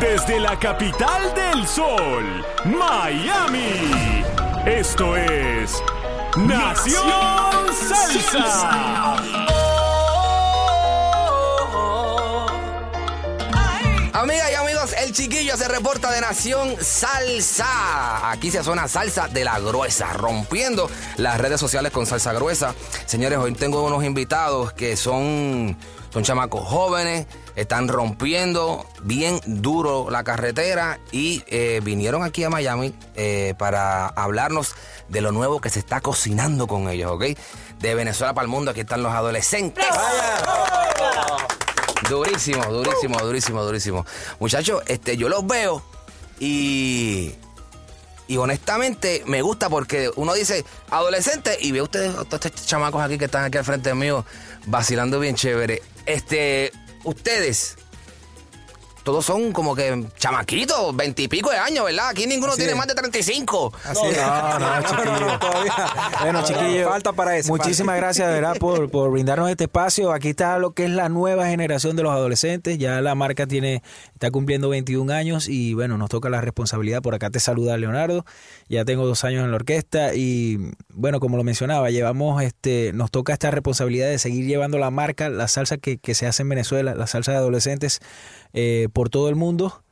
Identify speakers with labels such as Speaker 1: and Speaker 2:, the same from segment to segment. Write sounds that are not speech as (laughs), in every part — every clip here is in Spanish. Speaker 1: Desde la capital del sol, Miami. Esto es Nación Salsa.
Speaker 2: Amigas y amigos, el chiquillo se reporta de Nación Salsa. Aquí se suena salsa de la gruesa, rompiendo las redes sociales con salsa gruesa. Señores, hoy tengo unos invitados que son, son chamacos jóvenes, están rompiendo bien duro la carretera y eh, vinieron aquí a Miami eh, para hablarnos de lo nuevo que se está cocinando con ellos, ¿ok? De Venezuela para el mundo, aquí están los adolescentes. Durísimo, durísimo,
Speaker 3: Uh.
Speaker 2: durísimo, durísimo. Muchachos, este, yo los veo y. Y honestamente me gusta porque uno dice adolescente y ve ustedes a todos estos chamacos aquí que están aquí al frente mío vacilando bien chévere. Este, ustedes, todos son como que chamaquitos, veintipico de años, ¿verdad? Aquí ninguno tiene más de 35.
Speaker 4: Así es. (laughs)
Speaker 3: No, no, chiquillo. Bueno, chiquillo.
Speaker 4: Falta para eso.
Speaker 3: Muchísimas gracias, de verdad, por, por brindarnos este espacio. Aquí está lo que es la nueva generación de los adolescentes. Ya la marca tiene, está cumpliendo 21 años y bueno, nos toca la responsabilidad. Por acá te saluda Leonardo. Ya tengo dos años en la orquesta y bueno, como lo mencionaba, llevamos, este, nos toca esta responsabilidad de seguir llevando la marca, la salsa que, que se hace en Venezuela, la salsa de adolescentes eh, por todo el mundo.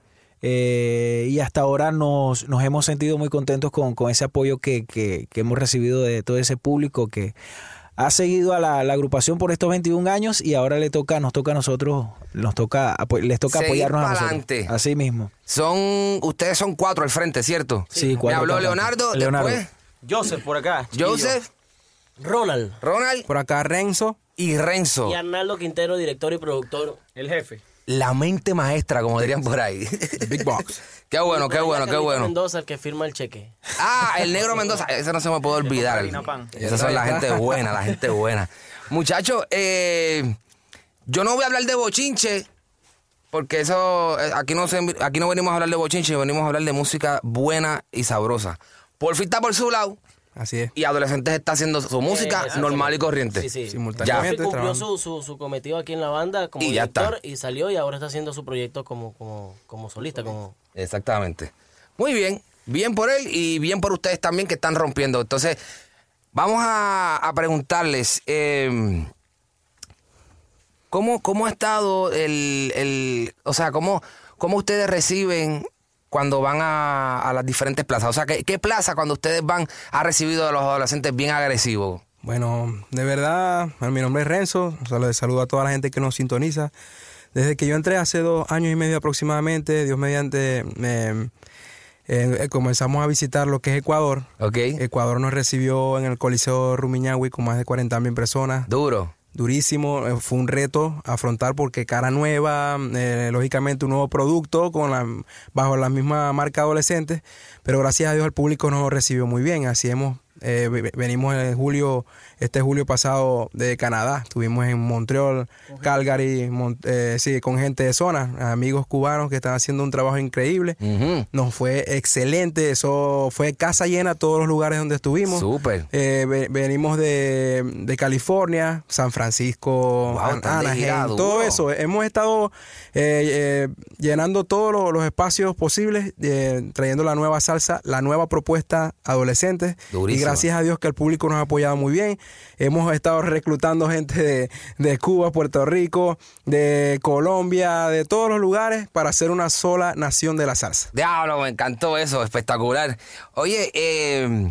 Speaker 3: Eh, y hasta ahora nos, nos hemos sentido muy contentos con, con ese apoyo que, que- que hemos recibido de todo ese público que ha seguido a la, la agrupación por estos 21 años y ahora le toca, nos toca a nosotros, nos toca, apo- les toca
Speaker 2: Seguir
Speaker 3: apoyarnos a nosotros.
Speaker 2: pa'lante.
Speaker 3: Así mismo.
Speaker 2: Son, ustedes son cuatro al frente, ¿cierto?
Speaker 3: Sí, cuatro
Speaker 2: Me habló
Speaker 3: cantantes.
Speaker 2: Leonardo,
Speaker 3: Leonardo. Ah,
Speaker 2: después
Speaker 5: Joseph por acá. chiquillo.
Speaker 2: Joseph,
Speaker 5: Ronald.
Speaker 2: Ronald
Speaker 4: Por acá Renzo.
Speaker 2: y Renzo.
Speaker 5: Y Arnaldo Quintero, director y productor. El jefe.
Speaker 2: La mente maestra, como dirían por
Speaker 4: (laughs)
Speaker 2: ahí. Big Box. (laughs) Qué bueno, qué bueno, qué bueno.
Speaker 5: Mendoza, el que firma el cheque.
Speaker 2: Ah, el negro Mendoza, ese no se me puede olvidar. Esas son la gente buena, la gente buena. Muchachos, eh, yo no voy a hablar de bochinche, porque eso, eh, aquí no, se- aquí no venimos a hablar de bochinche, venimos a hablar de música buena y sabrosa. Por fin está por su lado
Speaker 4: Así es.
Speaker 2: y Adolescentes está haciendo su música
Speaker 5: exacto.
Speaker 2: normal y corriente.
Speaker 5: Eh, Sí, sí.
Speaker 4: Simultáneamente
Speaker 5: Joseph cumplió
Speaker 4: trabajando.
Speaker 5: su, su, su cometido aquí en la banda como
Speaker 2: Y ya
Speaker 5: director
Speaker 2: está.
Speaker 5: y salió y ahora está haciendo su proyecto como, como, como solista. Como...
Speaker 2: Exactamente. Muy bien. Bien por él y bien por ustedes también que están rompiendo. Entonces, vamos a, a preguntarles. eh, ¿cómo, ¿Cómo ha estado el. el- o sea, ¿cómo, cómo ustedes reciben cuando van a, a las diferentes plazas? O sea, ¿qué, qué plaza cuando ustedes van ha recibido a los adolescentes bien agresivos?
Speaker 4: Bueno, de verdad, mi nombre es Renzo. O sea, les saludo a toda la gente que nos sintoniza. Desde que yo entré hace dos años y medio aproximadamente, Dios mediante, me- eh, comenzamos a visitar lo que es Ecuador.
Speaker 2: ¿Ok?
Speaker 4: Ecuador nos recibió en el Coliseo Rumiñahui con más de 40 mil personas.
Speaker 2: Duro.
Speaker 4: Durísimo, eh, fue un reto afrontar porque cara nueva, eh, lógicamente un nuevo producto con la, bajo la misma marca adolescente, pero gracias a Dios el público nos recibió muy bien. Así hemos, eh, ve- ve- venimos en julio, este julio pasado de Canadá, estuvimos en Montreal, Calgary, Mon- eh, sí, con gente de zona, amigos cubanos que están haciendo un trabajo increíble.
Speaker 2: Ujú.
Speaker 4: Nos fue excelente, eso fue casa llena todos los lugares donde estuvimos.
Speaker 2: Súper.
Speaker 4: Eh, ve- venimos de, de California, San Francisco,
Speaker 2: Wow,
Speaker 4: An-
Speaker 2: están de
Speaker 4: Anaheim,
Speaker 2: gira
Speaker 4: todo
Speaker 2: duro.
Speaker 4: eso. Hemos estado eh, eh, llenando todos lo- los espacios posibles, eh, trayendo la nueva salsa, la nueva propuesta adolescente.
Speaker 2: Durísimo.
Speaker 4: Y gracias a Dios que el público nos ha apoyado muy bien. Hemos estado reclutando gente de, de Cuba, Puerto Rico, de Colombia, de todos los lugares para hacer una sola nación de la salsa.
Speaker 2: Diablo, me encantó eso, espectacular. Oye, eh,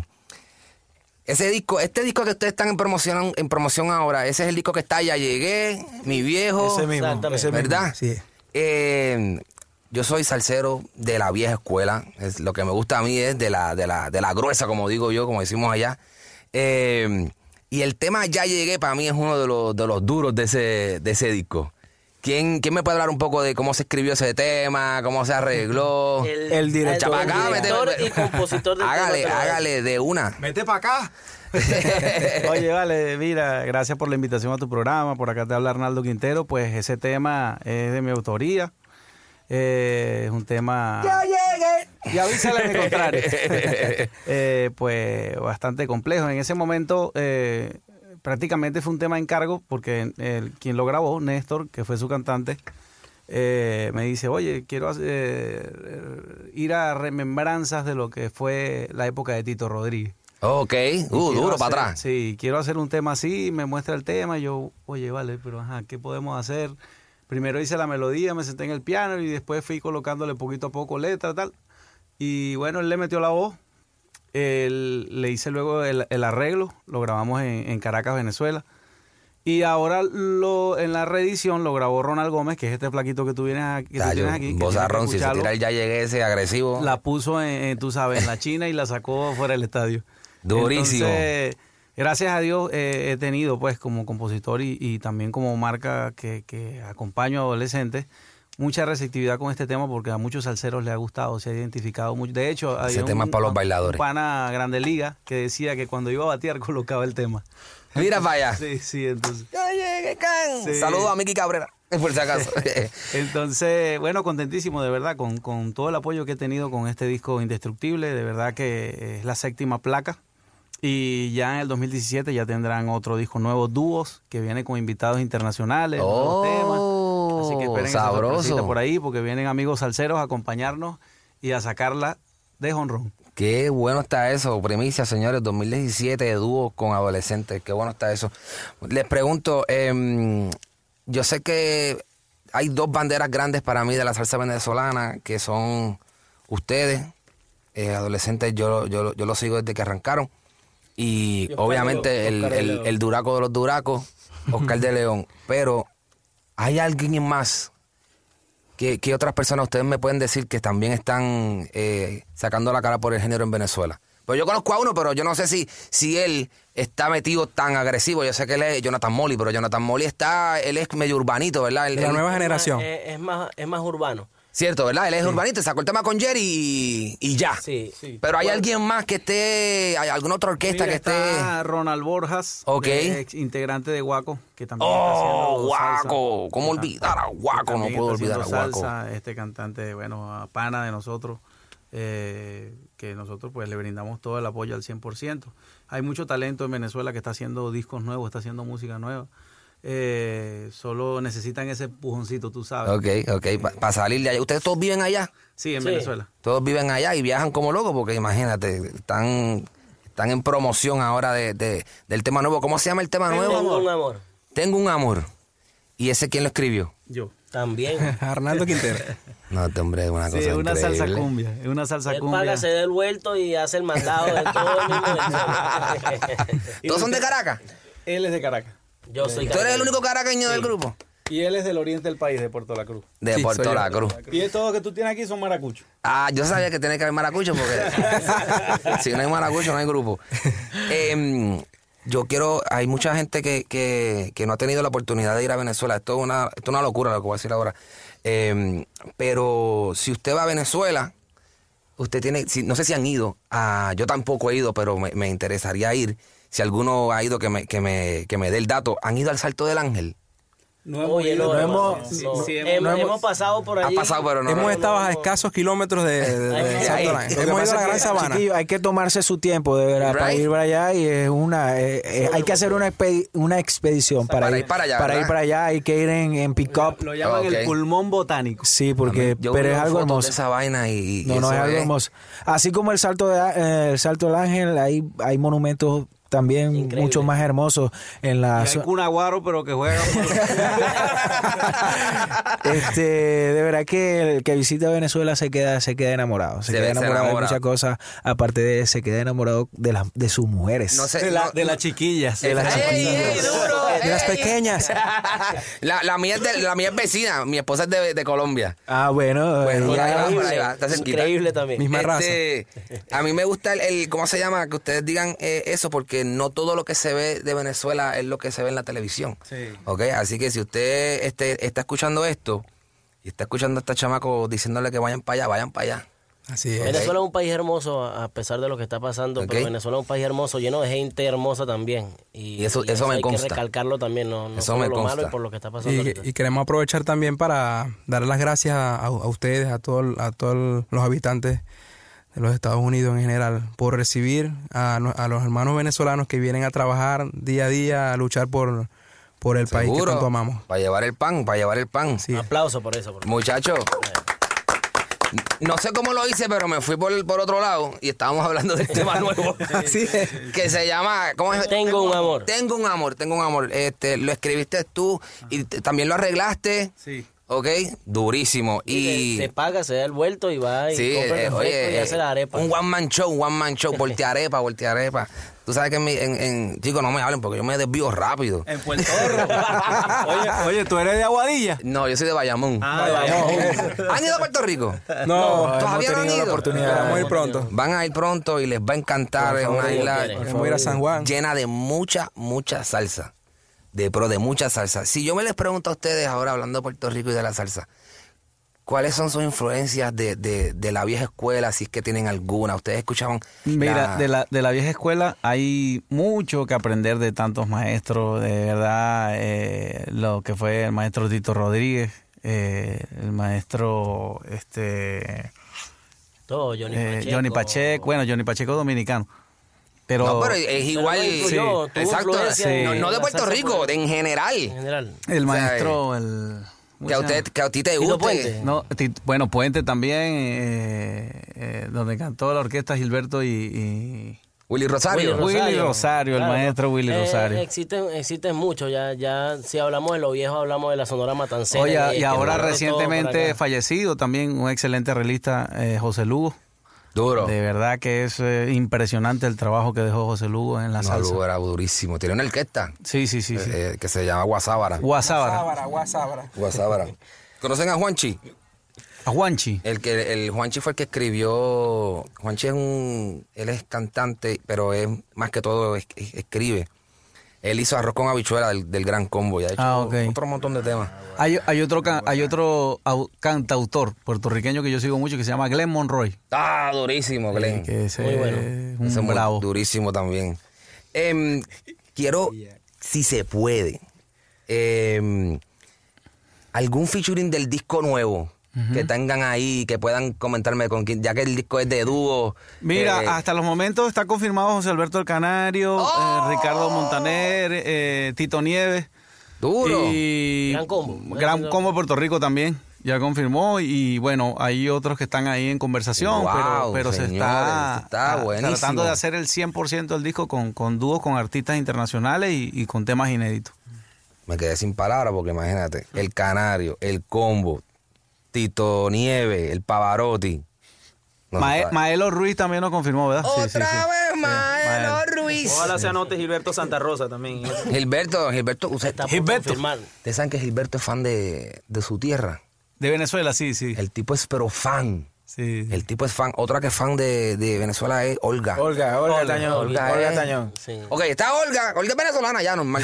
Speaker 2: ese disco, este disco que ustedes están en promoción, en promoción ahora, ese es el disco que está Ya Llegué, Mi Viejo.
Speaker 3: Ese mismo,
Speaker 5: Exactamente.
Speaker 3: ese mismo.
Speaker 2: ¿Verdad?
Speaker 4: Sí.
Speaker 2: Eh, yo soy salsero de la vieja escuela. Es, lo que me gusta a mí es de la, de la, de la gruesa, como digo yo, como decimos allá. Eh, y el tema Ya Llegué para mí es uno de los, de los duros de ese, de ese disco. ¿Quién, ¿Quién me puede hablar un poco de cómo se escribió ese tema? ¿Cómo se arregló?
Speaker 3: El director.
Speaker 2: Chapa, acá,
Speaker 5: el director
Speaker 2: mete-
Speaker 5: y
Speaker 2: (laughs)
Speaker 5: compositor del
Speaker 2: Hágale,
Speaker 5: tema, pero-
Speaker 2: hágale de una.
Speaker 6: Vete para acá. (laughs) Oye, vale, mira, gracias por la invitación a tu programa. Por acá te habla Arnaldo Quintero. Pues ese tema es de mi autoría. Eh, es un tema. ¡Ya llegué! Ya avísale de (laughs) contrario. Eh, pues bastante complejo. En ese momento. eh, Prácticamente fue un tema de encargo porque el- quien lo grabó, Néstor, que fue su cantante, eh, me dice, oye, quiero hacer- eh, ir a remembranzas de lo que fue la época de Tito Rodríguez.
Speaker 2: Ok, uh,
Speaker 6: Quiero
Speaker 2: duro
Speaker 6: hacer-
Speaker 2: para atrás.
Speaker 6: Sí, quiero hacer un tema así, me muestra el tema, y yo, oye, vale, pero ajá, ¿qué podemos hacer? Primero hice la melodía, me senté en el piano y después fui colocándole poquito a poco letra, tal. Y bueno, él le metió la voz, él- le hice luego el, el arreglo, lo grabamos en, en Caracas, Venezuela. Y ahora lo, en la reedición lo grabó Ronald Gómez, que es este plaquito que tú, vienes aquí, que tú
Speaker 2: Dale,
Speaker 6: tienes aquí. que
Speaker 2: Bozarrón,
Speaker 6: tienes
Speaker 2: si
Speaker 6: que
Speaker 2: se
Speaker 6: escucharlo.
Speaker 2: tira el ya llegué ese agresivo.
Speaker 6: La puso, en, en, tú sabes, en la China y la sacó fuera del estadio.
Speaker 2: Durísimo.
Speaker 6: Entonces, gracias a Dios eh, he tenido, pues, como compositor y, y también como marca que, que acompaño a adolescentes, mucha receptividad con este tema porque a muchos salseros les ha gustado, se ha identificado mucho. De hecho,
Speaker 2: Ese
Speaker 6: había
Speaker 2: tema es para los bailadores.
Speaker 6: Un pana grande liga que decía que cuando iba a batear (laughs) colocaba el tema.
Speaker 2: Mira para allá.
Speaker 6: Sí, sí, entonces.
Speaker 2: Ya llegué, can.
Speaker 6: Sí.
Speaker 2: Saludos a Miki Cabrera, por si acaso.
Speaker 6: (laughs) Entonces, bueno, contentísimo de verdad con, con todo el apoyo que he tenido con este disco indestructible. De verdad que es la séptima placa. Y ya en el 2017 ya tendrán otro disco nuevo, dúos, que viene con invitados internacionales, nuevos
Speaker 2: Oh,
Speaker 6: temas. Así que esperen esa
Speaker 2: sabroso.
Speaker 6: sorpresita por ahí, porque vienen amigos salseros a acompañarnos y a sacarla de jonrón.
Speaker 2: Qué bueno está eso, primicia, señores, 2017 de dúo con adolescentes, qué bueno está eso. Les pregunto, em, yo sé que hay dos banderas grandes para mí de la salsa venezolana, que son ustedes, eh, adolescentes, yo, yo, yo lo sigo desde que arrancaron, y
Speaker 5: Y Oscar
Speaker 2: obviamente
Speaker 5: de León,
Speaker 2: el,
Speaker 5: Oscar de
Speaker 2: el-
Speaker 5: León.
Speaker 2: el duraco de los duracos, Oscar de León, pero hay alguien más ¿Qué, qué otras personas ustedes me pueden decir que también están eh, sacando la cara por el género en Venezuela? Pues yo conozco a uno, pero yo no sé si, si él está metido tan agresivo. Yo sé que él es Jonathan Molly, pero Jonathan Molly está, él es medio urbanito, ¿verdad? Él-
Speaker 4: De la
Speaker 2: él-
Speaker 4: nueva generación.
Speaker 5: Es, eh, es más, es más urbano.
Speaker 2: Cierto, ¿verdad? Él es urbanito, sacó el tema con Jerry y, y ya.
Speaker 5: Sí, sí.
Speaker 2: Pero hay alguien más que esté, hay alguna otra orquesta
Speaker 6: Mira,
Speaker 2: que esté...
Speaker 6: está Ronald Borjas,
Speaker 2: Ok.
Speaker 6: que es ex integrante de Guaco, que también
Speaker 2: ¡Oh,
Speaker 6: está haciendo
Speaker 2: Guaco!
Speaker 6: salsa.
Speaker 2: ¿Cómo
Speaker 6: Ajá.
Speaker 2: olvidar a Guaco? No
Speaker 6: También
Speaker 2: puedo
Speaker 6: está
Speaker 2: olvidar a
Speaker 6: haciendo
Speaker 2: Guaco.
Speaker 6: salsa, este cantante, bueno, a pana de nosotros, eh, que nosotros pues le brindamos todo el apoyo al 100%. Hay mucho talento en Venezuela que está haciendo discos nuevos, está haciendo música nueva. Eh, solo necesitan ese empujoncito, tú sabes.
Speaker 2: Ok, ok, para salir de allá. ¿Ustedes todos viven allá?
Speaker 6: Sí, en
Speaker 5: Sí.
Speaker 6: Venezuela.
Speaker 2: Todos viven allá y viajan como locos, porque imagínate, están, están en promoción ahora de, de- del tema nuevo. ¿Cómo se llama el tema nuevo?
Speaker 5: Tengo un amor.
Speaker 2: Tengo un amor. ¿Y ese quién lo escribió?
Speaker 6: Yo.
Speaker 5: También.
Speaker 4: Arnaldo Quintero.
Speaker 2: (laughs) No, este hombre es una
Speaker 6: Sí,
Speaker 2: cosa
Speaker 6: es una salsa
Speaker 2: increíble.
Speaker 6: cumbia, es una salsa
Speaker 5: Él
Speaker 6: cumbia.
Speaker 5: paga, se da el vuelto y hace el mandado de todo
Speaker 2: (laughs)
Speaker 5: el mundo.
Speaker 2: ¿Todos son de Caracas?
Speaker 6: Él es de Caracas
Speaker 5: Yo soy
Speaker 2: ¿Tú eres el único caraqueño del grupo?
Speaker 6: y él es del oriente del país, de Puerto La Cruz.
Speaker 2: De
Speaker 4: Sí,
Speaker 2: Puerto
Speaker 4: soy
Speaker 2: La
Speaker 4: yo.
Speaker 2: Cruz.
Speaker 6: Y de todos los que tú tienes aquí son maracuchos.
Speaker 2: Ah, yo sabía que tenía que haber maracucho porque si no hay maracucho no hay grupo. Em, yo quiero, hay mucha gente que, que- que no ha tenido la oportunidad de ir a Venezuela. Esto es una, esto es una locura lo que voy a decir ahora. Em, pero si usted va a Venezuela, usted tiene, si- no sé si han ido, a- yo tampoco he ido, pero me, me interesaría ir. Si alguno ha ido que me, que me, que me dé el dato, ¿han ido al Salto del Ángel?
Speaker 7: No hemos
Speaker 5: Oye,
Speaker 7: ido,
Speaker 5: no,
Speaker 7: pero
Speaker 5: hemos,
Speaker 7: sí,
Speaker 5: no,
Speaker 7: sí,
Speaker 5: hemos,
Speaker 7: no
Speaker 5: hemos pasado por allí.
Speaker 2: Ha pasado, pero no.
Speaker 4: hemos
Speaker 2: no.
Speaker 4: estado a escasos kilómetros de, de- de
Speaker 5: Ahí,
Speaker 4: South
Speaker 2: ahí.
Speaker 4: Carolina.
Speaker 3: Lo que
Speaker 4: Hemos ido
Speaker 3: pasa
Speaker 4: a la
Speaker 3: es
Speaker 4: Gran
Speaker 3: que,
Speaker 4: Sabana.
Speaker 3: chiquillo, hay que tomarse su tiempo, de verdad, para
Speaker 2: Right.
Speaker 3: ir para allá y es una, eh, eh, hay que hacer una, expe- una expedición para,
Speaker 2: para
Speaker 3: ir
Speaker 2: ir para allá,
Speaker 3: Para ir
Speaker 2: ¿verdad?
Speaker 3: para allá, hay que ir en, en pick-up.
Speaker 6: Lo llaman
Speaker 2: Ah, Ok.
Speaker 6: el pulmón botánico.
Speaker 3: Sí, porque,
Speaker 2: Yo
Speaker 3: pero
Speaker 2: vi
Speaker 3: es algo
Speaker 2: fotos
Speaker 3: hermoso.
Speaker 2: de esa vaina y. y
Speaker 3: No,
Speaker 2: eso
Speaker 3: no, es algo hermoso. Así como el Salto, de, eh, el Salto del Ángel, hay, hay monumentos también
Speaker 5: Increíble.
Speaker 3: mucho más hermosos en la
Speaker 6: Y hay
Speaker 3: zo-
Speaker 6: Cunaguaro, pero que
Speaker 2: (laughs)
Speaker 6: juega.
Speaker 3: (laughs) este, de verdad que el que visita Venezuela se queda, se queda enamorado. Se
Speaker 2: Debe
Speaker 3: queda
Speaker 2: ser
Speaker 3: enamorado de
Speaker 2: enamorado.
Speaker 3: muchas cosas. Aparte de se queda enamorado de, las de sus mujeres.
Speaker 2: No sé.
Speaker 6: De, la,
Speaker 2: no-
Speaker 6: de las chiquillas.
Speaker 2: Ey, ey, duro,
Speaker 4: De las
Speaker 2: ey.
Speaker 4: pequeñas.
Speaker 2: (laughs) La, la mía es de- la mía es vecina, mi esposa es de, de Colombia.
Speaker 3: Ah, bueno,
Speaker 2: Bueno,
Speaker 3: eh,
Speaker 2: por ahí va, por ahí
Speaker 5: Increíble,
Speaker 2: va, está cerquita.
Speaker 5: increíble también.
Speaker 4: Misma raza.
Speaker 2: Este, A mí me gusta el, el- ¿cómo se llama? Que ustedes digan eh, eso, porque no todo lo que se ve de Venezuela es lo que se ve en la televisión.
Speaker 6: Sí.
Speaker 2: ¿Ok? Así que si usted este, está escuchando esto y está escuchando a este chamaco diciéndole que vayan para allá, vayan para allá.
Speaker 4: Así es.
Speaker 5: Venezuela es un país hermoso a a pesar de lo que está pasando,
Speaker 2: Ok.
Speaker 5: pero Venezuela es un país hermoso, lleno de gente hermosa también. Y,
Speaker 2: Y eso- eso me
Speaker 5: hay
Speaker 2: consta.
Speaker 5: que recalcarlo también, no, no
Speaker 2: Eso
Speaker 5: solo
Speaker 2: me
Speaker 5: lo malo
Speaker 2: consta.
Speaker 5: y por lo que está pasando. ahorita.
Speaker 4: Y, y queremos aprovechar también para dar las gracias a, a ustedes, a todos a todos los habitantes de los Estados Unidos en general, por recibir a, no- a los hermanos venezolanos que vienen a trabajar día a día a luchar por, por el país que
Speaker 2: Seguro.
Speaker 4: tanto amamos.
Speaker 2: Para llevar el pan, para llevar el pan.
Speaker 4: Sí.
Speaker 5: Aplauso por eso. por favor.
Speaker 2: Muchachos.
Speaker 5: Eh.
Speaker 2: No sé cómo lo hice, pero me fui por, por otro lado y estábamos hablando del
Speaker 5: (laughs)
Speaker 2: tema nuevo.
Speaker 4: (laughs)
Speaker 2: (laughs)
Speaker 4: Así es.
Speaker 2: que se llama ¿cómo es?
Speaker 5: Tengo un amor.
Speaker 2: Tengo un amor, tengo un amor. Este, lo escribiste tú y te- también lo arreglaste,
Speaker 6: Sí.
Speaker 2: ¿ok? Durísimo y
Speaker 5: se, se paga, se da el vuelto y va y
Speaker 2: sí,
Speaker 5: compra el
Speaker 2: eh,
Speaker 5: refresco
Speaker 2: oye,
Speaker 5: y hace la arepa.
Speaker 2: un one man show, one man show, voltearepa, voltearepa. Tú sabes que en, mi- en, en- chicos no me hablen porque yo me desvío rápido.
Speaker 6: En Puerto oye, oye, tú eres de Aguadilla.
Speaker 2: (laughs) No, yo soy de Bayamón.
Speaker 6: Ah,
Speaker 2: ¿Han ido a Puerto
Speaker 6: (laughs)
Speaker 2: Rico?
Speaker 4: No,
Speaker 2: todavía no han ido.
Speaker 4: Esperamos ir pronto.
Speaker 2: Van a ir pronto y les va a encantar. Es una isla
Speaker 5: vienen.
Speaker 4: Queremos ir a San Juan.
Speaker 2: llena de mucha, mucha salsa. De pro, de mucha salsa. Si yo me les pregunto a ustedes ahora, hablando de Puerto Rico y de la salsa, ¿cuáles son sus influencias de, de- de la vieja escuela? Si es que tienen alguna. Ustedes escuchaban.
Speaker 6: Mira, de la, de la vieja escuela hay mucho que aprender de tantos maestros, de verdad, eh, lo que fue el maestro Tito Rodríguez, eh, el maestro este
Speaker 5: Todo, Johnny
Speaker 6: eh,
Speaker 5: Pacheco.
Speaker 6: Johnny Pacheco, bueno, Johnny Pacheco dominicano, pero,
Speaker 2: No, pero eh, es igual.
Speaker 5: no influyó, tuvo
Speaker 2: exacto.
Speaker 5: influencia
Speaker 6: en
Speaker 2: No, no de
Speaker 5: la
Speaker 2: Puerto
Speaker 5: salsa
Speaker 2: Rico,
Speaker 5: por-
Speaker 2: de en
Speaker 5: En
Speaker 2: general.
Speaker 5: general.
Speaker 2: o
Speaker 6: el
Speaker 2: sea, eh,
Speaker 6: maestro, el... ¿cómo
Speaker 2: Que a,
Speaker 6: se llama?
Speaker 2: usted, que a ti te
Speaker 5: Tito
Speaker 2: guste.
Speaker 5: Puente.
Speaker 6: No, ti- bueno, Puente también, eh, eh, donde cantó la orquesta Gilberto y- y
Speaker 2: Willy Rosario.
Speaker 6: Willy Rosario, el maestro Willy Rosario.
Speaker 5: Eh, Existen, existen muchos, ya, ya si hablamos de lo viejo, hablamos de la Sonora Matancera.
Speaker 6: Oye,
Speaker 5: es
Speaker 6: y
Speaker 5: que
Speaker 6: ahora
Speaker 5: todo para
Speaker 6: recientemente
Speaker 5: acá.
Speaker 6: fallecido también un excelente relista, eh, José Lugo.
Speaker 2: Duro.
Speaker 6: De verdad que es eh, impresionante el trabajo que dejó José Lugo en la
Speaker 2: No,
Speaker 6: salsa.
Speaker 2: Lugo era durísimo. Tiene una orquesta
Speaker 6: Sí, sí, sí. sí.
Speaker 2: eh, que se llama Guasábara.
Speaker 6: Guasábara,
Speaker 2: Guasábara. (laughs) ¿Conocen a Juanchi?
Speaker 6: a Juanchi.
Speaker 2: El que el Juanchi fue el que escribió. Juanchi es un. Él es cantante, pero es más que todo es- es- escribe. Él hizo arroz con habichuela del, del gran combo y ha hecho
Speaker 6: Ah, ok.
Speaker 2: otro montón de temas.
Speaker 6: Hay, hay otro, ca- hay otro au- cantautor puertorriqueño que yo sigo mucho que se llama Glenn Monroy.
Speaker 2: Ah, durísimo, Glenn.
Speaker 6: Que ese
Speaker 5: Muy bueno.
Speaker 6: es
Speaker 2: Ese
Speaker 6: un
Speaker 2: es muy
Speaker 6: bravo.
Speaker 2: Durísimo también. Em, quiero, si se puede, em, algún featuring del disco nuevo que tengan ahí, que puedan comentarme con quién, ya que el disco es de dúo.
Speaker 6: Mira,
Speaker 2: eh,
Speaker 6: hasta los momentos está confirmado José Alberto El Canario,
Speaker 2: ¡Oh!
Speaker 6: eh, Ricardo Montaner, eh, Tito Nieves.
Speaker 2: Duro.
Speaker 6: Y
Speaker 5: Gran Combo.
Speaker 6: Gran Combo Puerto Rico también. Ya confirmó. Y bueno, hay otros que están ahí en conversación.
Speaker 2: Wow,
Speaker 6: pero pero se
Speaker 2: señores,
Speaker 6: está,
Speaker 2: está
Speaker 6: ah,
Speaker 2: buenísimo.
Speaker 6: tratando de hacer el 100% del disco con, con dúos, con artistas internacionales y, y con temas inéditos.
Speaker 2: Me quedé sin palabras porque imagínate, el Canario, el Combo, Tito Nieve, el Pavarotti. No,
Speaker 6: Mae-
Speaker 2: está-
Speaker 6: Maelo Ruiz también lo confirmó, ¿verdad? Sí, sí,
Speaker 2: Otra
Speaker 6: sí.
Speaker 2: vez, Maelo
Speaker 6: Maelo.
Speaker 2: Ruiz.
Speaker 7: Ojalá se anote Gilberto Santa Rosa también.
Speaker 2: Gilberto, Gilberto, usted,
Speaker 5: Está por
Speaker 6: Gilberto.
Speaker 5: confirmar.
Speaker 2: ustedes saben que Gilberto es fan de, de su tierra.
Speaker 6: De Venezuela, sí, sí.
Speaker 2: El tipo es pero fan.
Speaker 6: sí.
Speaker 2: El tipo es fan. Otra que es fan de, de Venezuela es Olga.
Speaker 3: Olga, Olga, Tañón.
Speaker 2: Olga
Speaker 3: Olga, eh.
Speaker 2: es-
Speaker 3: Tañón.
Speaker 5: Sí.
Speaker 2: Ok, está Olga. Olga es venezolana ya,
Speaker 3: (laughs)
Speaker 2: normal.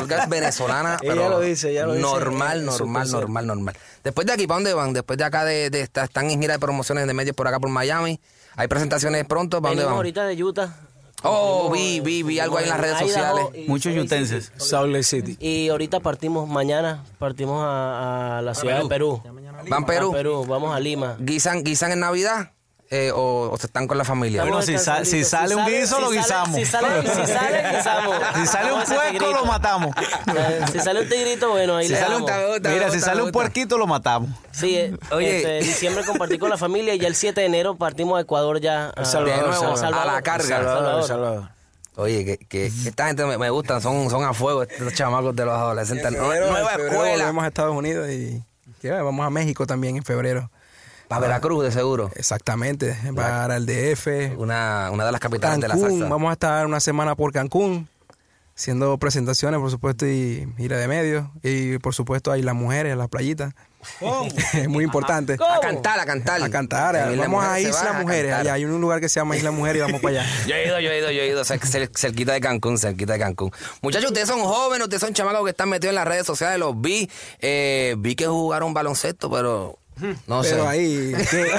Speaker 2: Olga es venezolana.
Speaker 3: Ella
Speaker 2: pero
Speaker 3: lo dice, ella lo dice
Speaker 2: Normal,
Speaker 3: en su
Speaker 2: normal,
Speaker 3: concierto.
Speaker 2: normal, normal. Después de aquí, ¿para dónde van? Después de acá, de, de- está- están en gira de promociones de medios por acá, por Miami. Hay presentaciones pronto. ¿Para dónde
Speaker 5: Venimos
Speaker 2: van?
Speaker 5: ahorita de Utah.
Speaker 2: Oh, vi, vi, vi algo ahí en las redes
Speaker 5: Idaho
Speaker 2: sociales.
Speaker 5: y
Speaker 6: Muchos
Speaker 5: Salt Lake
Speaker 6: yutenses.
Speaker 5: City.
Speaker 3: Salt Lake City.
Speaker 5: Y ahorita partimos, mañana partimos a, a la ciudad de Perú.
Speaker 2: Van Perú.
Speaker 5: A Perú, vamos a Lima.
Speaker 2: ¿Guisan, guisan en Navidad eh, o, o se están con la familia?
Speaker 5: Estamos
Speaker 6: Bueno, si sal- si
Speaker 5: descansaditos.
Speaker 6: sale un guiso, lo
Speaker 5: sale-
Speaker 6: guisamos.
Speaker 5: Si sale, si
Speaker 6: (laughs)
Speaker 5: sale, guisamos.
Speaker 6: Si sale un
Speaker 5: Vamos a ese
Speaker 6: puerco, lo
Speaker 5: tigrito.
Speaker 6: (laughs) matamos.
Speaker 5: Ah, Si sale un tigrito, bueno, ahí
Speaker 2: Si
Speaker 5: le
Speaker 2: sale un
Speaker 5: damos.
Speaker 2: tabe- Puta,
Speaker 6: Mira, si
Speaker 2: puta,
Speaker 6: sale un
Speaker 2: puta.
Speaker 6: puerquito, lo matamos.
Speaker 5: Sí, eh,
Speaker 2: Oye.
Speaker 5: este, en diciembre compartí con la familia y ya el 7 de enero partimos a Ecuador ya. a-
Speaker 2: Salvador, De nuevo, Salvador. a la carga.
Speaker 5: Salvador.
Speaker 3: Salvador, Salvador.
Speaker 2: Oye, que, que esta gente me, me gustan, son, son a fuego
Speaker 4: (laughs)
Speaker 2: estos chamacos de los adolescentes. Nue-
Speaker 4: Febrero-
Speaker 2: nueva
Speaker 4: en febrero
Speaker 2: escuela.
Speaker 4: Volvemos a Estados Unidos y ¿qué? vamos Eh, a México también en febrero.
Speaker 2: Para Veracruz, de seguro.
Speaker 4: Exactamente, para el DF.
Speaker 2: Una, una de las capitales de la
Speaker 4: Cancún,
Speaker 2: salsa.
Speaker 4: vamos a estar una semana por Cancún, haciendo presentaciones, por supuesto, y gira de medios. Y por supuesto, hay las mujeres, las playitas. (laughs) es muy importante.
Speaker 2: A cantar, a cantar.
Speaker 4: A cantar,
Speaker 2: En Isla
Speaker 4: vamos a
Speaker 2: Mujeres se
Speaker 4: Isla
Speaker 2: van a
Speaker 4: Mujeres.
Speaker 2: cantar.
Speaker 4: allá hay un lugar que se llama Isla Mujeres y vamos para allá.
Speaker 2: Yo he ido, yo he ido, yo he ido, cer- cer- cerquita de Cancún, cerquita de Cancún. Muchachos, ustedes son jóvenes, ustedes son chamacos que están metidos en las redes sociales, los vi. Eh, vi que jugaron baloncesto, pero no sé. (laughs)
Speaker 4: Pero ahí, ¿qué, qué,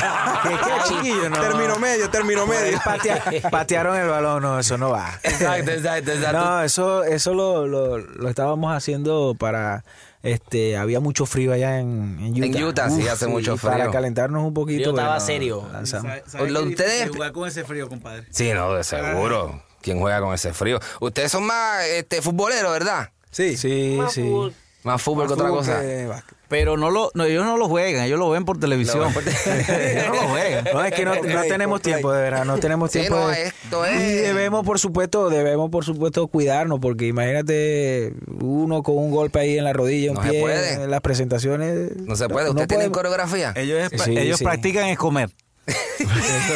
Speaker 4: qué, chiquillo? No. Término medio, término medio.
Speaker 3: Patea- Pues,
Speaker 2: (laughs)
Speaker 3: patearon el balón, no, eso no va.
Speaker 2: Exacto, exacto, exacto.
Speaker 3: No, eso, eso lo, lo, lo estábamos haciendo para. Este, había mucho frío allá en, en Utah.
Speaker 2: En Utah, sí, hace
Speaker 3: y
Speaker 2: mucho
Speaker 3: Para
Speaker 2: frío.
Speaker 3: calentarnos un poquito.
Speaker 5: Yo estaba
Speaker 3: bueno,
Speaker 5: serio.
Speaker 3: lanzamos.
Speaker 2: ¿Sabe Lo- qué ustedes- difícil
Speaker 6: Jugar con ese frío, compadre.
Speaker 2: Sí, no, de seguro. ¿Quién juega con ese frío? Ustedes son más este, futboleros, ¿verdad?
Speaker 4: Sí,
Speaker 3: Sí, sí.
Speaker 2: Más fútbol que otra
Speaker 4: Fútbol
Speaker 2: cosa.
Speaker 4: que básquet.
Speaker 6: Pero no lo, no, ellos no lo juegan, ellos lo ven por televisión. (laughs)
Speaker 2: Lo ven por te-
Speaker 6: ellos no lo juegan.
Speaker 3: No, es
Speaker 2: (laughs)
Speaker 3: que no,
Speaker 6: (laughs)
Speaker 3: no
Speaker 4: play,
Speaker 3: tenemos
Speaker 4: por play.
Speaker 3: tiempo, de verdad, no tenemos
Speaker 2: Sí,
Speaker 3: tiempo.
Speaker 2: no,
Speaker 3: de-
Speaker 2: esto es-
Speaker 3: Y debemos, por supuesto, debemos, por supuesto, cuidarnos, porque imagínate uno con un golpe ahí en la rodilla, un
Speaker 2: No se
Speaker 3: pie,
Speaker 2: puede.
Speaker 3: en las presentaciones.
Speaker 2: No se puede.
Speaker 3: no
Speaker 2: ¿Ustedes tienen (laughs)
Speaker 3: podemos.
Speaker 2: coreografía?
Speaker 6: Ellos, es-
Speaker 3: Sí,
Speaker 6: ellos
Speaker 3: sí.
Speaker 6: practican es comer.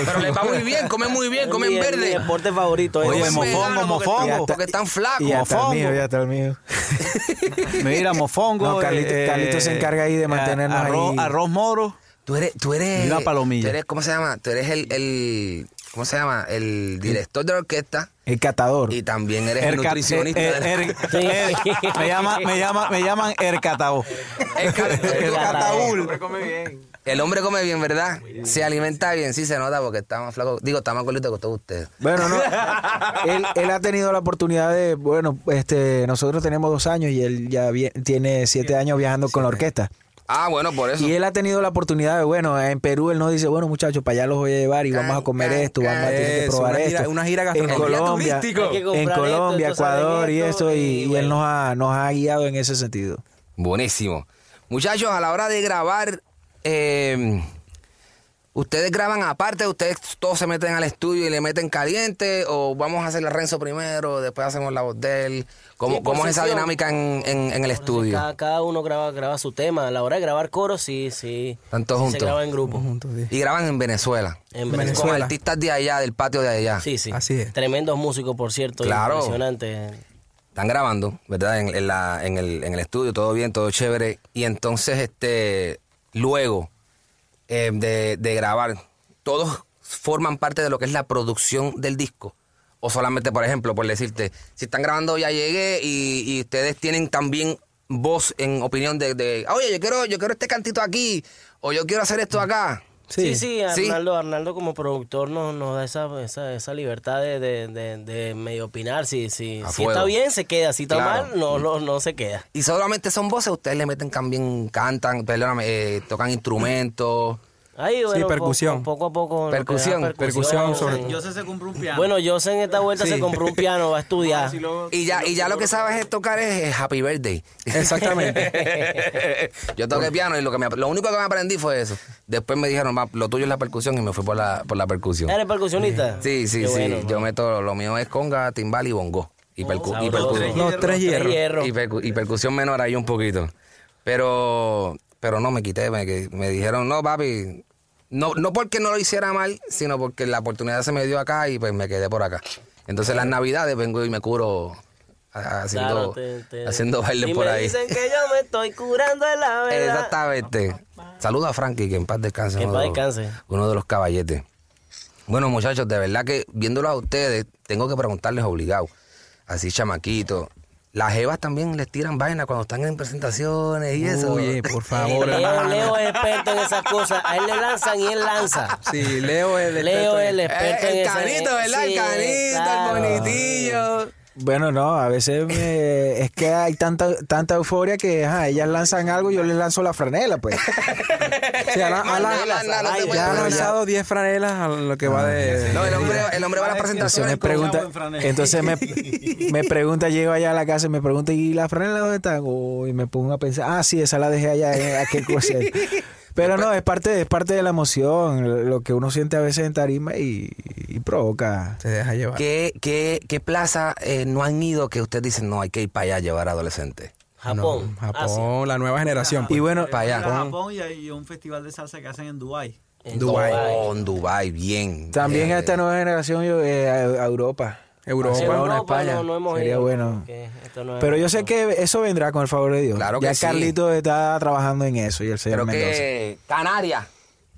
Speaker 2: Pero les va muy bien, comen muy bien, pues,
Speaker 5: Es mi-
Speaker 2: comen
Speaker 5: es Mi
Speaker 2: verde.
Speaker 5: deporte favorito.
Speaker 6: Oye,
Speaker 5: es
Speaker 2: Comen
Speaker 6: mo-
Speaker 5: ese.
Speaker 6: mofongo,
Speaker 2: ¿eh? vegano porque-
Speaker 6: mofongo.
Speaker 2: Porque están flacos.
Speaker 3: Y hasta
Speaker 6: Mofongo.
Speaker 3: el mío, y hasta el mío.
Speaker 6: (laughs) Mira, mofongo.
Speaker 3: No, Carlito-
Speaker 6: eh,
Speaker 3: Carlito se encarga ahí de mantenernos
Speaker 6: arroz,
Speaker 3: ahí.
Speaker 6: Arroz
Speaker 3: (laughs)
Speaker 6: moro.
Speaker 2: Tú eres, tú eres.
Speaker 6: Y una palomilla.
Speaker 2: tú eres- ¿Cómo se llama? Tú eres el, el- ¿Cómo se llama? El director de la orquesta
Speaker 3: El catador.
Speaker 2: y también eres el
Speaker 6: Erca-
Speaker 2: nutricionista.
Speaker 6: eh,
Speaker 2: de la-
Speaker 6: eh, er-
Speaker 5: Sí.
Speaker 6: er- me, llama, me, llama, me llaman Ercatabo.
Speaker 2: El ca- el
Speaker 5: Ercatabo.
Speaker 2: cataúl. El hombre come bien, ¿verdad? Se alimenta bien, sí se nota porque está más flaco. Digo, está más gordito que todos ustedes. (laughs)
Speaker 3: Bueno, no. él, él ha tenido la oportunidad de, bueno, este, nosotros tenemos dos años y él ya vie- tiene siete años viajando con la orquesta.
Speaker 2: Ah, bueno, por eso.
Speaker 3: Y él ha tenido la oportunidad de, bueno, en Perú él nos dice, bueno, muchachos, para allá los voy a llevar y vamos a comer
Speaker 2: can,
Speaker 3: esto, vamos a
Speaker 2: can.
Speaker 3: tener que
Speaker 4: Eso,
Speaker 3: probar
Speaker 4: una gira-
Speaker 3: esto.
Speaker 4: una gira
Speaker 3: en
Speaker 4: gastronómica.
Speaker 3: Colombia,
Speaker 2: Turístico.
Speaker 5: Hay que
Speaker 3: en
Speaker 5: comprar
Speaker 3: Colombia,
Speaker 5: esto, entonces
Speaker 3: Ecuador
Speaker 5: saben
Speaker 3: y
Speaker 5: esto,
Speaker 3: eso, y,
Speaker 5: y
Speaker 3: y él
Speaker 5: bueno.
Speaker 3: nos ha, nos ha guiado en ese sentido.
Speaker 2: Buenísimo. Muchachos, a la hora de grabar, eh, ¿ustedes graban aparte? ¿Ustedes todos se meten al estudio y le meten caliente? ¿O vamos a hacer a Renzo primero, después hacemos la voz de él? ¿Cómo,
Speaker 5: Sí, por
Speaker 2: cómo es esa
Speaker 5: sesión.
Speaker 2: dinámica en, en- en el estudio?
Speaker 5: Cada, cada uno graba, graba su tema. A la hora de grabar coro, sí, sí.
Speaker 2: Están todos
Speaker 5: Sí
Speaker 2: juntos.
Speaker 5: Se graba en grupo.
Speaker 4: Juntos, sí.
Speaker 2: Y graban en Venezuela.
Speaker 5: En
Speaker 2: Con
Speaker 5: Venezuela.
Speaker 2: artistas de allá, del patio de allá.
Speaker 5: Sí, sí.
Speaker 4: Así es.
Speaker 5: Tremendos músicos, por cierto.
Speaker 2: Claro.
Speaker 5: Impresionante.
Speaker 2: Están grabando, ¿verdad? En, en la- en el, en el estudio, todo bien, todo chévere. Y entonces, este, luego eh, de, de grabar, ¿todos forman parte de lo que es la producción del disco? O solamente, por ejemplo, por decirte, si están grabando Ya Llegué y, y ustedes tienen también voz en opinión de, de, oye, yo quiero, yo quiero este cantito aquí, o yo quiero hacer esto acá.
Speaker 5: Sí, sí,
Speaker 2: Sí.
Speaker 5: Arnaldo, Arnaldo como productor nos, nos da esa, esa, esa libertad de, de, de- de medio opinar. Si, si,
Speaker 2: A
Speaker 5: si
Speaker 2: fuego.
Speaker 5: está bien, se queda. Si está
Speaker 2: Claro.
Speaker 5: mal, no, no, no se queda.
Speaker 2: Y solamente son voces, ustedes le meten también, cantan, perdóname, eh, tocan instrumentos.
Speaker 5: Ahí, bueno, po-
Speaker 4: percusión.
Speaker 5: po- poco a poco. lo que da
Speaker 2: Percusión,
Speaker 4: percusión sobre-
Speaker 5: sí.
Speaker 6: se compró un piano.
Speaker 5: Bueno, Jose en esta vuelta se compró un piano, va a
Speaker 4: Ah,
Speaker 5: estudiar.
Speaker 2: Y ya, y ya lo que sabes es tocar es, eh, Happy Birthday. Exactamente. (laughs) Yo toqué piano y lo, que me, lo único que me aprendí fue eso. Después me dijeron, "Va, lo tuyo es la percusión y me fui por la, por la percusión.
Speaker 5: ¿Eres percusionista?
Speaker 2: Sí, sí,
Speaker 5: Qué
Speaker 2: sí.
Speaker 5: bueno,
Speaker 2: Yo
Speaker 5: hermano.
Speaker 2: meto, lo mío es conga, timbal y bongo. Y, percu- y
Speaker 5: sabroso.
Speaker 2: percusión.
Speaker 4: Los tres hierros.
Speaker 2: Y, percu- y percusión menor ahí un poquito. Pero, pero no me quité, me, que- me dijeron, no, papi. No, no porque no lo hiciera mal, sino porque la oportunidad se me dio acá y pues me quedé por acá. Entonces las navidades vengo y me curo a- haciendo,
Speaker 5: Claro, te- te-
Speaker 2: haciendo baile
Speaker 5: Y
Speaker 2: por
Speaker 5: me
Speaker 2: ahí.
Speaker 5: Dicen que yo me estoy curando de la verdad.
Speaker 2: Exactamente. Saluda a Frankie, que en paz descanse.
Speaker 5: Que en
Speaker 2: uno de
Speaker 5: paz
Speaker 2: los-
Speaker 5: descanse.
Speaker 2: Uno de los caballetes. Bueno, muchachos, de verdad que viéndolos a ustedes, tengo que preguntarles obligado. Así, chamaquito. Las jevas también les tiran vaina cuando están en presentaciones y eso. (laughs)
Speaker 4: Oye, por favor.
Speaker 5: Leo,
Speaker 4: hermano.
Speaker 5: Leo es experto en esas cosas. A él le lanzan y él lanza.
Speaker 4: Sí, Leo es el
Speaker 5: Leo
Speaker 4: experto
Speaker 5: es
Speaker 4: en-
Speaker 5: el experto
Speaker 2: Eh,
Speaker 5: en
Speaker 2: el
Speaker 5: esas-
Speaker 2: canito, ¿verdad?
Speaker 5: Sí,
Speaker 2: el canito,
Speaker 5: claro.
Speaker 2: el bonitillo.
Speaker 3: Bueno, no, a veces me- es que hay tanta tanta euforia que ajá, ellas lanzan algo y yo les lanzo la franela, pues.
Speaker 4: Sí, ha, ha-
Speaker 2: Manda, manda, no
Speaker 4: ay,
Speaker 2: te
Speaker 4: ya ha
Speaker 2: puedes-
Speaker 4: lanzado 10 franelas a lo que
Speaker 3: Ah,
Speaker 4: va de...
Speaker 2: No, el hombre, el hombre va a las
Speaker 3: Entonces
Speaker 2: presentaciones.
Speaker 3: me
Speaker 2: con-
Speaker 3: pregunta, entonces
Speaker 4: (laughs)
Speaker 3: me, me pregunta, llego allá a la casa y me pregunta, ¿y la franela dónde está? y me pongo a pensar, ah, sí, esa la dejé allá en
Speaker 4: (laughs)
Speaker 3: aquel concierto. Pero no, es parte, es parte de la emoción, lo que uno siente a veces en tarima y, y provoca.
Speaker 4: Se deja llevar.
Speaker 2: ¿Qué, qué, qué plaza eh, no han ido que ustedes dicen, no, hay que ir para allá a llevar adolescentes?
Speaker 5: Japón. Ah,
Speaker 4: Japón,
Speaker 5: Asia.
Speaker 4: la nueva generación. pues.
Speaker 3: Y bueno,
Speaker 2: Para allá.
Speaker 8: a Japón y hay un festival de salsa que hacen en Dubai.
Speaker 5: En
Speaker 2: Dubái.
Speaker 5: Dubái.
Speaker 2: Oh, en Dubái, bien. Eh,
Speaker 3: también
Speaker 2: bien.
Speaker 3: a esta nueva generación, yo, eh, a- a Europa.
Speaker 4: Eh, Europa.
Speaker 5: En
Speaker 3: Barcelona,
Speaker 5: Europa
Speaker 3: España.
Speaker 5: No, no hemos
Speaker 3: Sería
Speaker 5: ido,
Speaker 3: bueno.
Speaker 5: porque esto no es-
Speaker 3: Pero yo sé que eso vendrá con el favor de Dios.
Speaker 2: Claro que
Speaker 3: ya
Speaker 2: sí.
Speaker 3: Carlito está trabajando en eso y el señor
Speaker 2: Creo
Speaker 3: Mendoza.
Speaker 2: que Canarias.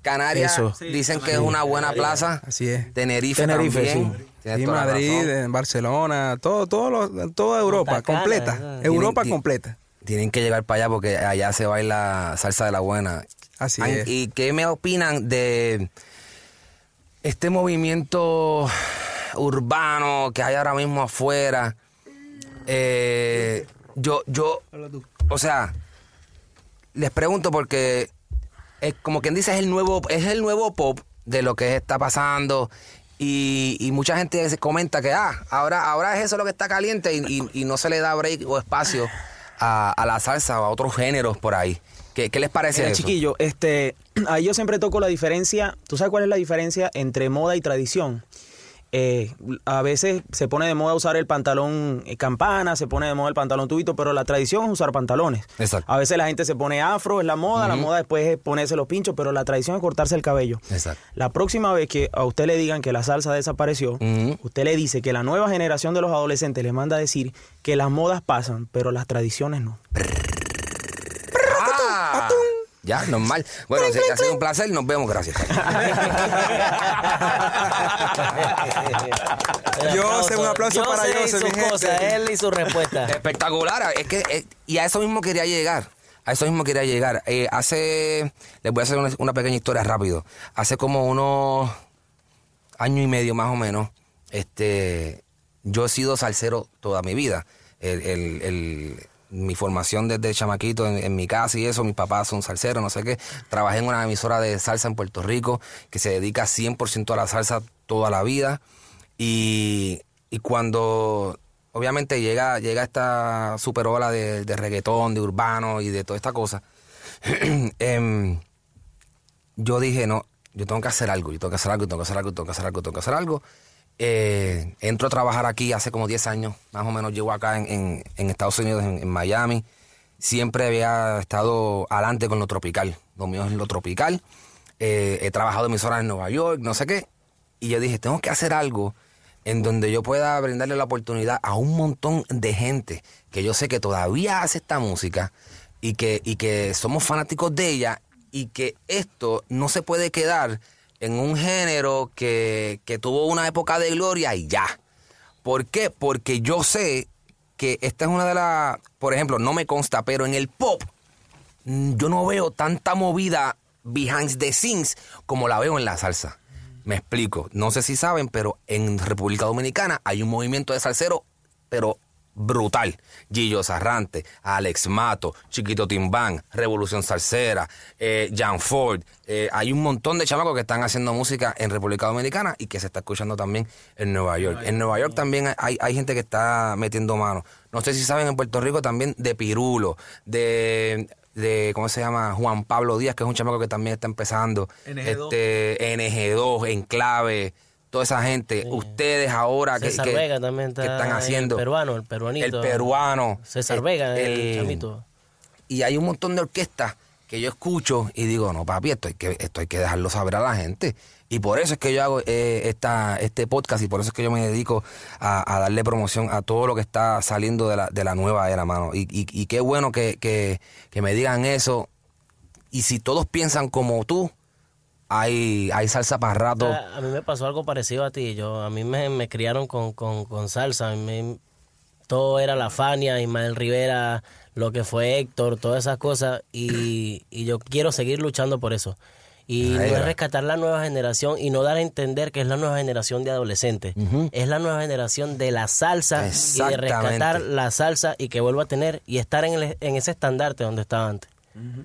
Speaker 2: Canarias
Speaker 3: Eso.
Speaker 2: dicen que es una buena plaza.
Speaker 4: Así es.
Speaker 2: Tenerife,
Speaker 3: Tenerife,
Speaker 2: también. Tienes
Speaker 4: Y
Speaker 2: toda la
Speaker 4: Madrid, eh,
Speaker 2: razón.
Speaker 4: en Barcelona, todo, todo lo- toda Europa,
Speaker 5: Punta Cana,
Speaker 4: completa.
Speaker 5: ¿verdad?
Speaker 4: Europa
Speaker 2: Tienen- ti-
Speaker 4: completa.
Speaker 2: Tienen que llegar para allá porque allá se baila salsa de la buena.
Speaker 4: Así
Speaker 2: Ay,
Speaker 4: es.
Speaker 2: ¿Y qué me opinan de este movimiento urbano que hay ahora mismo afuera? Eh, yo, yo, o sea, les pregunto porque es como quien dice es el nuevo, es el nuevo pop de lo que está pasando. Y, y mucha gente se comenta que ah, ahora, ahora es eso lo que está caliente y, y- y no se le da break o espacio a, a la salsa o a otros géneros por ahí. ¿Qué, qué les parece
Speaker 7: Mira,
Speaker 2: eso?
Speaker 7: chiquillo, este, (clears throat) ahí yo siempre toco la diferencia. ¿Tú sabes cuál es la diferencia entre moda y tradición? Eh, a veces se pone de moda usar el pantalón eh, campana, se pone de moda el pantalón tubito, pero la tradición es usar pantalones.
Speaker 2: Exacto.
Speaker 7: A veces la gente se pone afro, es la moda, la moda después es ponerse los pinchos, pero la tradición es cortarse el cabello.
Speaker 2: Exacto.
Speaker 7: La próxima vez que a usted le digan que la salsa desapareció,
Speaker 2: Ujú.
Speaker 7: usted le dice que la nueva generación de los adolescentes le manda a decir que las modas pasan, pero las tradiciones no.
Speaker 2: Ah, ya, normal. Bueno, sí, ha sido un placer. Nos vemos. Gracias.
Speaker 5: (laughs) El
Speaker 4: Yo
Speaker 5: aplauso.
Speaker 4: sé, un aplauso para
Speaker 5: sé
Speaker 4: yo, sé, mi
Speaker 5: y sus
Speaker 4: gente.
Speaker 5: cosas, él y su respuesta.
Speaker 2: (laughs) Espectacular. Es que, eh, y a eso mismo quería llegar. A eso mismo quería llegar. Eh, hace. Les voy a hacer una, una pequeña historia rápido. Hace como unos año y medio más o menos. Este. Yo he sido salsero toda mi vida. El- el- el- mi formación desde chamaquito en, en mi casa y eso, mis papás son salseros, no sé qué. Trabajé en una emisora de salsa en Puerto Rico que se dedica 100% a la salsa toda la vida. Y, y cuando obviamente llega, llega esta super ola de, de reggaetón, de urbano y de toda esta cosa, (clears throat) em, yo dije, no, yo tengo que hacer algo, yo tengo que hacer algo, yo tengo que hacer algo, yo tengo que hacer algo, yo tengo que hacer algo. Eh, entro a trabajar aquí hace como 10 años, más o menos llevo acá en, en- en Estados Unidos, en, en Miami. Siempre había estado adelante con lo tropical, lo mío es lo tropical. Eh, he trabajado emisoras en Nueva York, no sé qué. Y yo dije, tengo que hacer algo en donde yo pueda brindarle la oportunidad a un montón de gente que yo sé que todavía hace esta música y que, y que somos fanáticos de ella y que esto no se puede quedar en un género que, que tuvo una época de gloria y ya. ¿Por qué? Porque yo sé que esta es una de las, por ejemplo, no me consta, pero en el pop mm, yo no veo tanta movida behind the scenes como la veo en la salsa. Me explico. No sé si saben, pero en República Dominicana hay un movimiento de salsero, pero brutal. Gillo Sarrante, Alex Mato, Chiquito Timbán, Revolución Salsera, eh, Jan Ford. Eh, hay un montón de chamacos que están haciendo música en República Dominicana y que se está escuchando también en Nueva York. En Nueva York también hay, hay gente que está metiendo mano. No sé si saben, en Puerto Rico también de Pirulo, de de, ¿cómo se llama? Juan Pablo Díaz, que es un chamaco que también está empezando.
Speaker 8: NG2.
Speaker 2: Este, NG2, Enclave, toda esa gente. Ustedes ahora que,
Speaker 5: César
Speaker 2: que-
Speaker 5: Vega también está
Speaker 2: que están
Speaker 5: ahí,
Speaker 2: haciendo.
Speaker 5: El peruano, el peruanito.
Speaker 2: El peruano.
Speaker 5: César
Speaker 2: el-
Speaker 5: Vega, el,
Speaker 2: el-
Speaker 5: chamito.
Speaker 2: Y hay un montón de orquestas que yo escucho y digo, no, papi, esto hay que, esto hay que dejarlo saber a la gente. Y por eso es que yo hago eh, esta, este podcast y por eso es que yo me dedico a, a darle promoción a todo lo que está saliendo de la, de la nueva era, mano. Y, y- y qué bueno que, que- que me digan eso. Y si todos piensan como tú, hay, hay salsa para rato.
Speaker 5: A, a mí me pasó algo parecido a ti. Yo, a mí me, me criaron con, con, con salsa. A mí todo era la Fania, Ismael Rivera, lo que fue Héctor, todas esas cosas. Y, y yo quiero seguir luchando por eso. Y no es rescatar la nueva generación y no dar a entender que es la nueva generación de adolescentes. Es la nueva generación de la salsa y de rescatar
Speaker 2: Exactamente.
Speaker 5: la salsa y que vuelva a tener y estar en, el- en ese estandarte donde estaba antes.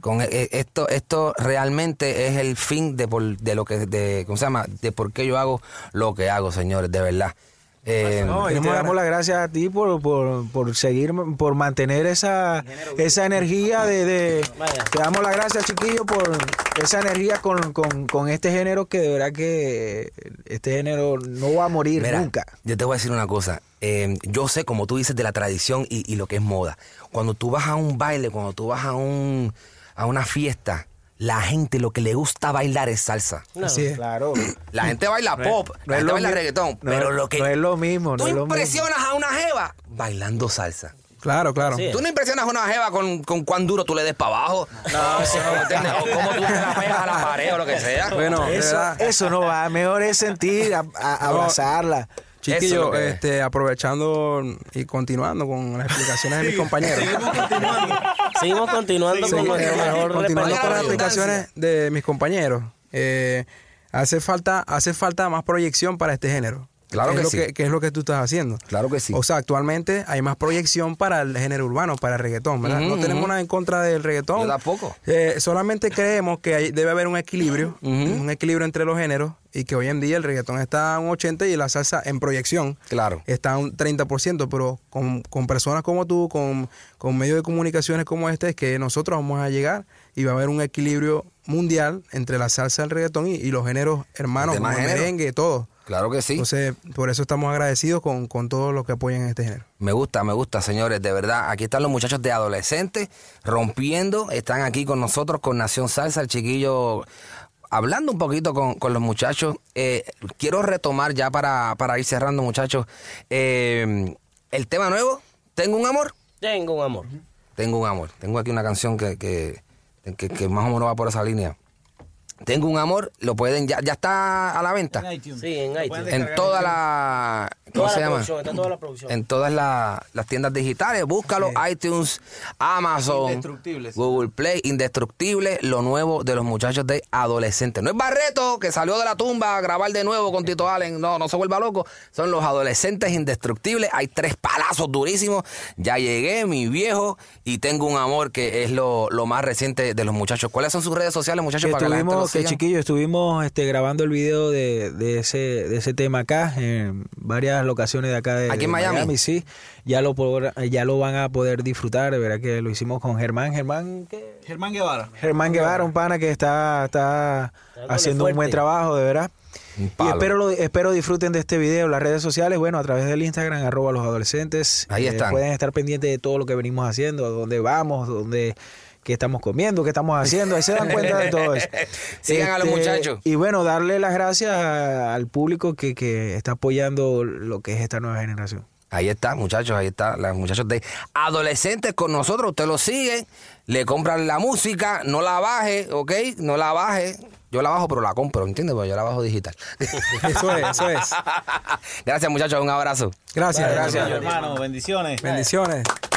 Speaker 2: Con eh, eh, esto, esto realmente es el fin de, por- de lo que, de, ¿cómo se llama? De por qué yo hago lo que hago, señores, de verdad. Eh,
Speaker 3: No, y te damos las gracias a ti por, por, por seguir, por mantener esa, esa energía de, de-
Speaker 5: Vaya.
Speaker 3: Te damos las gracias, chiquillo, por esa energía con, con, con este género que de verdad que este género no va a morir
Speaker 2: Mira,
Speaker 3: nunca.
Speaker 2: Yo te voy a decir una cosa. Eh, yo sé, como tú dices, de la tradición y, y lo que es moda. Cuando tú vas a un baile, cuando tú vas a, un, a una fiesta, la gente lo que le gusta bailar es salsa.
Speaker 5: No.
Speaker 3: Así es. Claro.
Speaker 2: La gente baila pop,
Speaker 3: no
Speaker 2: la
Speaker 3: es
Speaker 2: gente
Speaker 3: lo
Speaker 2: baila
Speaker 3: mi-
Speaker 2: reggaetón,
Speaker 3: no
Speaker 2: pero
Speaker 3: es-
Speaker 2: lo que...
Speaker 3: no es lo mismo, no
Speaker 2: Tú
Speaker 3: es lo mismo.
Speaker 2: impresionas a una jeva bailando salsa.
Speaker 4: Claro, claro.
Speaker 5: Sí.
Speaker 2: Tú no impresionas a una jeva con, con cuán duro tú le des para abajo. No, eso (laughs) no, ¿entiendes? O cómo tú te la pegas a la pared o lo que sea.
Speaker 4: Bueno, de
Speaker 3: Eso,
Speaker 4: verdad.
Speaker 3: eso no va, mejor es sentir, a- a-
Speaker 4: No.
Speaker 3: abrazarla.
Speaker 2: Eso es lo
Speaker 4: Chiquillo,
Speaker 2: que es.
Speaker 4: este, aprovechando y continuando con las explicaciones de mis compañeros.
Speaker 5: Seguimos continuando
Speaker 4: Sí,
Speaker 5: con nuestro
Speaker 4: eh,
Speaker 5: mejor
Speaker 4: continuando con las
Speaker 5: repertorio.
Speaker 4: explicaciones de mis compañeros. eh, hace falta, hace falta más proyección para este género.
Speaker 2: Claro que
Speaker 4: es lo
Speaker 2: sí.
Speaker 4: que, es lo que tú estás haciendo.
Speaker 2: Claro que sí.
Speaker 4: O sea, actualmente hay más proyección para el género urbano, para el reggaetón, ¿verdad?
Speaker 2: Ujú,
Speaker 4: no tenemos
Speaker 2: ujú.
Speaker 4: nada en contra del reggaetón.
Speaker 2: Yo tampoco.
Speaker 4: Eh, solamente creemos que hay- debe haber un equilibrio, un equilibrio entre los géneros y que hoy en día el reggaetón está a un 80 y la salsa en proyección
Speaker 2: Claro.
Speaker 4: está a un 30%, pero con, con personas como tú, con, con medios de comunicaciones como este, es que nosotros vamos a llegar y va a haber un equilibrio mundial entre la salsa, el reggaetón y, y los géneros hermanos,
Speaker 2: Demás
Speaker 4: como el
Speaker 2: géneros.
Speaker 4: merengue, todo.
Speaker 2: Claro que sí.
Speaker 4: Entonces, por eso estamos agradecidos con, con todos los que apoyan este género.
Speaker 2: Me gusta, me gusta, señores, de verdad. Aquí están los muchachos de adolescentes rompiendo. Están aquí con nosotros con Nación Salsa, el chiquillo. Hablando un poquito con, con los muchachos, eh, quiero retomar ya para, para ir cerrando, muchachos. eh, el tema nuevo, Tengo un amor.
Speaker 5: Tengo un amor.
Speaker 2: Tengo un amor. Tengo aquí una canción que, que, que- que más o menos va por esa línea. Tengo un amor, lo pueden, ya, ya está a la venta.
Speaker 5: Sí, en iTunes.
Speaker 2: En toda la. ¿Cómo
Speaker 5: Toda
Speaker 2: se
Speaker 5: la
Speaker 2: llama?
Speaker 5: producción, está toda la producción.
Speaker 2: En todas la- las tiendas digitales. Búscalo, iTunes, Amazon,
Speaker 8: Indestructibles.
Speaker 2: Google Play, Indestructible, lo nuevo de los muchachos de adolescentes. No es Barreto, que salió de la tumba a grabar de nuevo con Tito Allen. No, no se vuelva loco. Son los adolescentes indestructibles. Hay tres palazos durísimos. Ya llegué, mi viejo, y tengo un amor que es lo, lo más reciente de los muchachos. ¿Cuáles son sus redes sociales, muchachos?
Speaker 3: Que
Speaker 2: para que la gente
Speaker 3: estuvimos,
Speaker 2: los
Speaker 3: que
Speaker 2: siga?
Speaker 3: chiquillo, estuvimos este, grabando el video de, de ese, de ese tema acá, en varias locaciones de acá de,
Speaker 2: Aquí en
Speaker 3: de
Speaker 2: Miami.
Speaker 3: sí. Ya lo, podrá- ya lo van a poder disfrutar, de verdad que lo hicimos con Germán, Germán, ¿qué?
Speaker 8: Germán Guevara.
Speaker 3: Germán Guevara, un pana que está, está
Speaker 5: Dándole
Speaker 3: haciendo un buen
Speaker 5: fuerte.
Speaker 3: trabajo, de verdad.
Speaker 2: Un
Speaker 3: Y
Speaker 2: palo.
Speaker 3: espero, lo- espero disfruten de este video, las redes sociales, bueno, a través del Instagram, arroba los adolescentes. Eh,
Speaker 2: Ahí están.
Speaker 3: Pueden estar pendientes de todo lo que venimos haciendo, dónde vamos, dónde, qué estamos comiendo, qué estamos haciendo. Ahí se dan cuenta de todo eso.
Speaker 2: (laughs)
Speaker 3: Este,
Speaker 2: Sigan a los muchachos.
Speaker 3: Y bueno, darle las gracias a- al público que, que está apoyando lo que es esta nueva generación.
Speaker 2: Ahí está, muchachos, ahí está, los muchachos de adolescentes con nosotros, usted lo siguen, le compran la música, no la baje, ¿ok? No la baje. Yo la bajo, pero la compro, ¿entiendes? Porque yo la bajo digital.
Speaker 4: (laughs) Eso es, eso
Speaker 3: (laughs)
Speaker 4: es.
Speaker 2: (laughs) Gracias, muchachos, un abrazo.
Speaker 4: Gracias, gracias.
Speaker 8: hermano. Bendiciones.
Speaker 4: Bendiciones.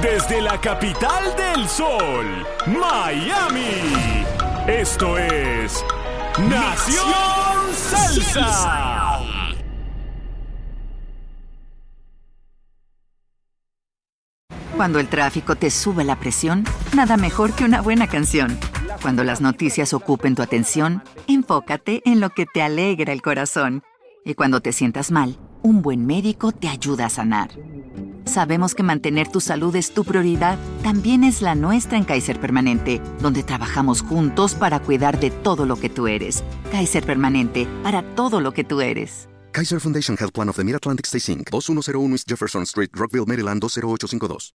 Speaker 1: Desde la capital del sol, Miami. Esto es Nación Salsa.
Speaker 9: Cuando el tráfico te sube la presión, nada mejor que una buena canción. Cuando las noticias ocupen tu atención, enfócate en lo que te alegra el corazón. Y cuando te sientas mal, un buen médico te ayuda a sanar. Sabemos que mantener tu salud es tu prioridad, también es la nuestra en Kaiser Permanente, donde trabajamos juntos para cuidar de todo lo que tú eres. Kaiser Permanente, para todo lo que tú eres.
Speaker 10: Kaiser Foundation Health Plan of the Mid-Atlantic Stay Inc. 2101 East Jefferson Street, Rockville, Maryland 20852.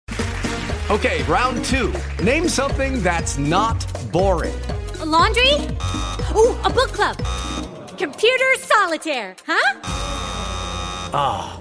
Speaker 10: Okay, round two. Name something that's not boring.
Speaker 11: A laundry? Ooh, a book club. Computer solitaire, huh?
Speaker 10: Ah,